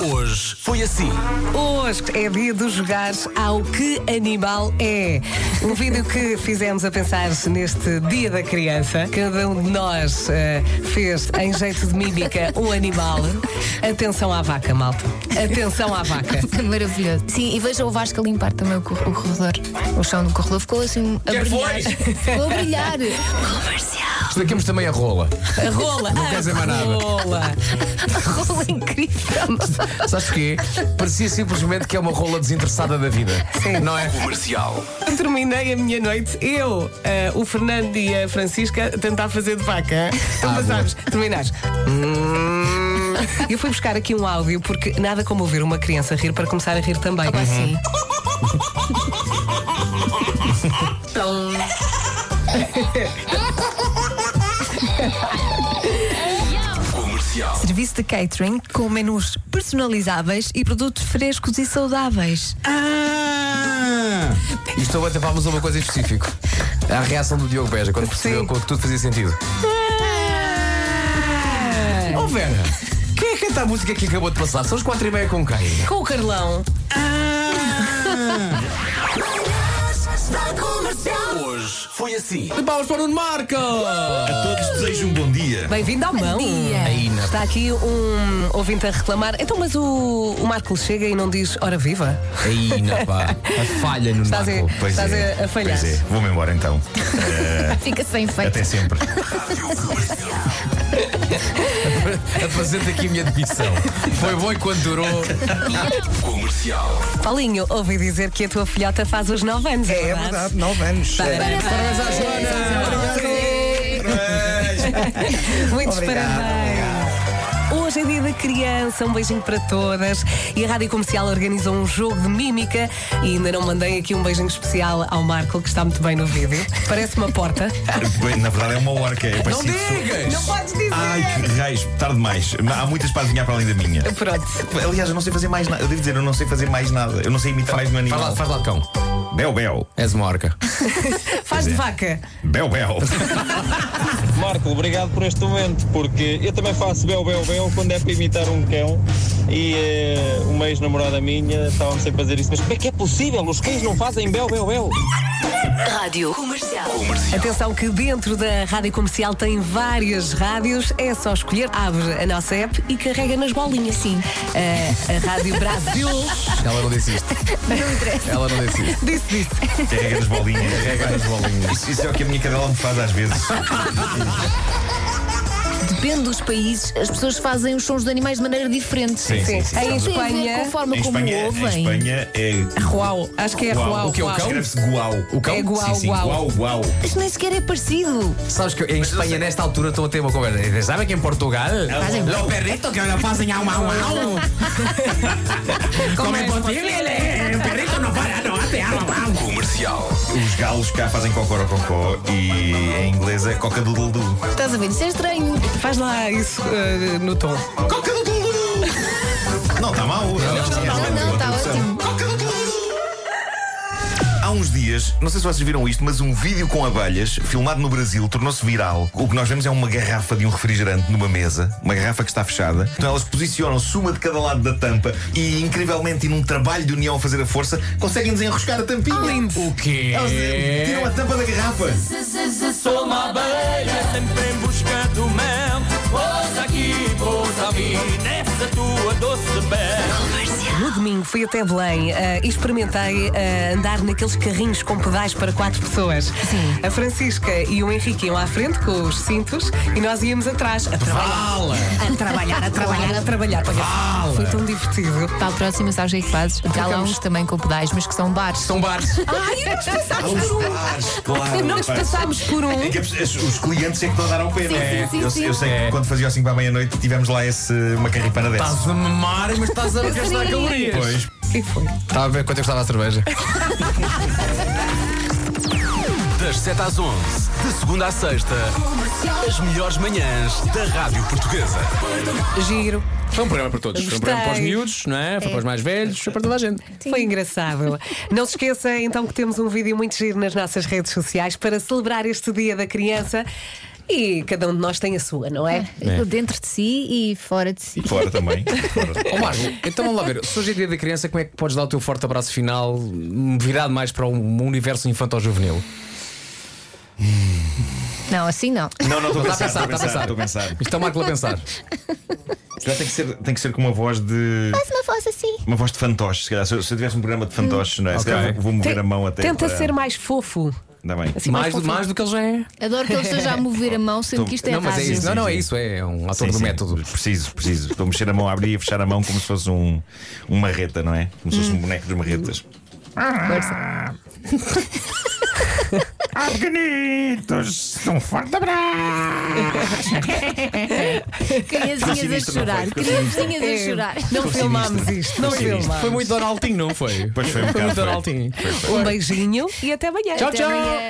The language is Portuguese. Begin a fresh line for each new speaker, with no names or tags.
Hoje foi assim.
Hoje é dia de jogar ao Que Animal É. Um vídeo que fizemos a pensar neste Dia da Criança. Cada um de nós eh, fez, em jeito de mímica, um animal. Atenção à vaca, malta. Atenção à vaca.
Maravilhoso. Sim, e veja o Vasco a limpar também o, cor- o corredor. O chão do corredor ficou assim a
Que
brilhar.
foi?
Ficou a brilhar. Comercial.
Destacamos também a rola.
A rola.
Não quer dizer mais
a
nada.
rola.
Rola incrível.
Sabes porquê? Parecia simplesmente que é uma rola desinteressada da vida.
Sim.
Não é?
Terminei a minha noite, eu, eh, o Fernando e a Francisca, a tentar fazer de vaca. Então
Ah,
passámos, terminaste. Eu fui buscar aqui um áudio porque nada como ouvir uma criança rir para começar a rir
Ah,
também.
Opa, sim.
Então.
Serviço de catering com menus personalizáveis e produtos frescos e saudáveis.
Ah! Isto agora tapámos uma coisa em específico. A reação do Diogo Beja quando percebeu
Sim.
que tudo fazia sentido. Oh Vera, quem é que canta a música que acabou de passar? São as quatro e meia com quem?
Com o Carlão. Ah.
Hoje foi assim. De palmas para o Nuno Marco!
Ah.
A todos desejo um bom dia.
Bem-vindo ao mão.
Aí na-
Está aqui um ouvinte a reclamar. Então, mas o, o Marco chega e não diz hora viva?
Aí, não, pá. A falha no
Estás a-
Marco.
Pois
Estás
é,
a- a falhar.
Pois é. Vou-me embora então.
Fica sem feito.
Até sempre.
Apresento aqui a minha demissão. Foi bom enquanto durou.
Paulinho, ouvi dizer que a tua filhota faz os 9 anos. É, é verdade, 9 anos. Parabéns, parabéns à Joana! Muitos parabéns! Hoje é dia da criança, um beijinho para todas. E a Rádio Comercial organizou um jogo de mímica e ainda não mandei aqui um beijinho especial ao Marco, que está muito bem no vídeo. Parece uma porta.
Bem, Na verdade é uma orca. É
Não
parecido.
digas!
Não podes dizer!
Ai, que raios, tarde demais. Há muitas para adivinhar para além da minha.
Pronto.
Aliás, eu não sei fazer mais nada. Eu devo dizer, eu não sei fazer mais nada. Eu não sei imitar mais nenhum
Faz lá,
animal.
faz lá de cão.
Bel, bel.
És uma orca.
Faz de vaca.
Bel, bel.
Marco, obrigado por este momento, porque eu também faço bel, bel, bel quando é para imitar um cão. E eh, uma ex-namorada minha estava sempre a fazer isso, mas como é que é possível? Os cães não fazem bel, bel, bel.
Atenção que dentro da rádio comercial tem várias rádios, é só escolher, abre a nossa app e carrega nas bolinhas. Sim. A, a Rádio Brasil
Ela não disse isto.
Não interessa.
Ela não disse isto.
disse disso.
Carrega nas bolinhas. Carrega nas bolinhas. Isso, isso é o que a minha cadela me faz às vezes.
Depende dos países, as pessoas fazem os sons dos animais de maneira diferente.
Sim, sim, sim.
Em
Tem a ver com a
Espanha,
forma
Em
como
Espanha, em
ouvem.
Espanha é.
Ruau, acho que é
guau.
Ruau.
O que é o
Ruau.
cão?
Escreve-se guau.
O cão?
É guau,
Sim, sim.
guau.
Guau, guau.
Mas nem sequer é parecido.
Sabes que em Espanha, nesta altura, estão a ter uma conversa. Sabe que em Portugal.
Fazem-
Los perritos que ahora fazem au, au, au. Como é possível? eh? O perrito não para, não hace au, au. Comercial.
Os galos cá fazem cocorococó e em inglês é coca do
Estás a ver? Isso é estranho.
Faz lá isso eh, no tom.
Coca do Não, está mal.
Não, está ótimo.
Há uns dias, não sei se vocês viram isto, mas um vídeo com abelhas, filmado no Brasil, tornou-se viral. O que nós vemos é uma garrafa de um refrigerante numa mesa, uma garrafa que está fechada. Então elas posicionam-se uma de cada lado da tampa e, incrivelmente, e num trabalho de união a fazer a força, conseguem desenroscar a
Tá
tampinha.
O quê?
Elas eh, tiram a tampa da garrafa.
No domingo fui até Belém eh, e experimentei eh, andar naqueles carrinhos com pedais para quatro pessoas. Sim. A Francisca e o Henrique iam à frente com os cintos e nós íamos atrás a trabalhar.
Fala!
A trabalhar, a trabalhar, a trabalhar. Olha, Foi tão divertido.
Para a próxima, sabes o que é que fazes? Porque há lá uns também com pedais, mas que são bares.
São bares.
Ai, nós passámos por um.
Claro,
Nós
pá.
passámos por um.
É que as- as- os clientes é que estão a dar ao pé, não é?
sim,
Tá.
sim,
eu,
sim.
eu sei que quando fazia assim para a meia-noite tivemos lá esse, uma carripana dessa.
Estás a mamar, mas estás a gastar calorias.
Pois.
O que foi?
Estava a ver quanto eu gostava da cerveja.
Das 7 às 11, de segunda à sexta, as melhores manhãs da Rádio Portuguesa.
Giro.
Foi um programa para todos. Foi um programa para os miúdos, não é? Foi para os mais velhos, foi para toda a gente.
Foi engraçado. Não se esqueça então que temos um vídeo muito giro nas nossas redes sociais para celebrar este Dia da Criança. E cada um de nós tem a sua, não é?
Eu Dentro de si e fora de si.
E fora também. Tipo, Tá Fora.
Ó Marco, então vamos lá ver. Se hoje é dia da criança, como é que podes dar o teu forte abraço final hum, virado mais para um universo infantil-juvenil?
Não, assim não.
Não, não, estou a
Está
pensar, estou
a
a
pensar,
pensar, estou a pensar.
Isto está o Marco a pensar.
tá Se calhar Tem que, ser, tem que ser com uma voz de.
Se não fosse assim.
Uma voz de fantoche. Se, calhar, se eu se eu tivesse um programa de fantoches, não é? Se
Ok.
calhar vou, vou mover
Te-
a mão até.
Tenta
para-
ser mais fofo.
Ainda bem.
Assim,
É. Mais,
mais,
do-
fofinho.
mais do que ele já é.
Adoro que ele esteja a mover a mão, sendo
Tô-
que isto é
não, mas é
rádio.
isso. Não, não, é
sim,
isso. É um ator
Sim,
do
sim.
método.
assim, Preciso, preciso. Estou a mexer a mão a abrir e a fechar a mão como se fosse um, um marreta, não é? Como se fosse um boneco de marretas. Ah, pequenitos! Um forte abraço!
é?
Criancinhas a
sinistro, não
chorar.
foi? Ficou
Criancinhas a chorar.
Não filmámos
sinistro.
isto, não
Ficou sinistro.
filmámos.
Foi muito Donaldinho, não foi?
Pois foi um
Foi
bocado.
muito
foi.
Donaldinho.
Um beijinho e até amanhã.
Tchau, tchau.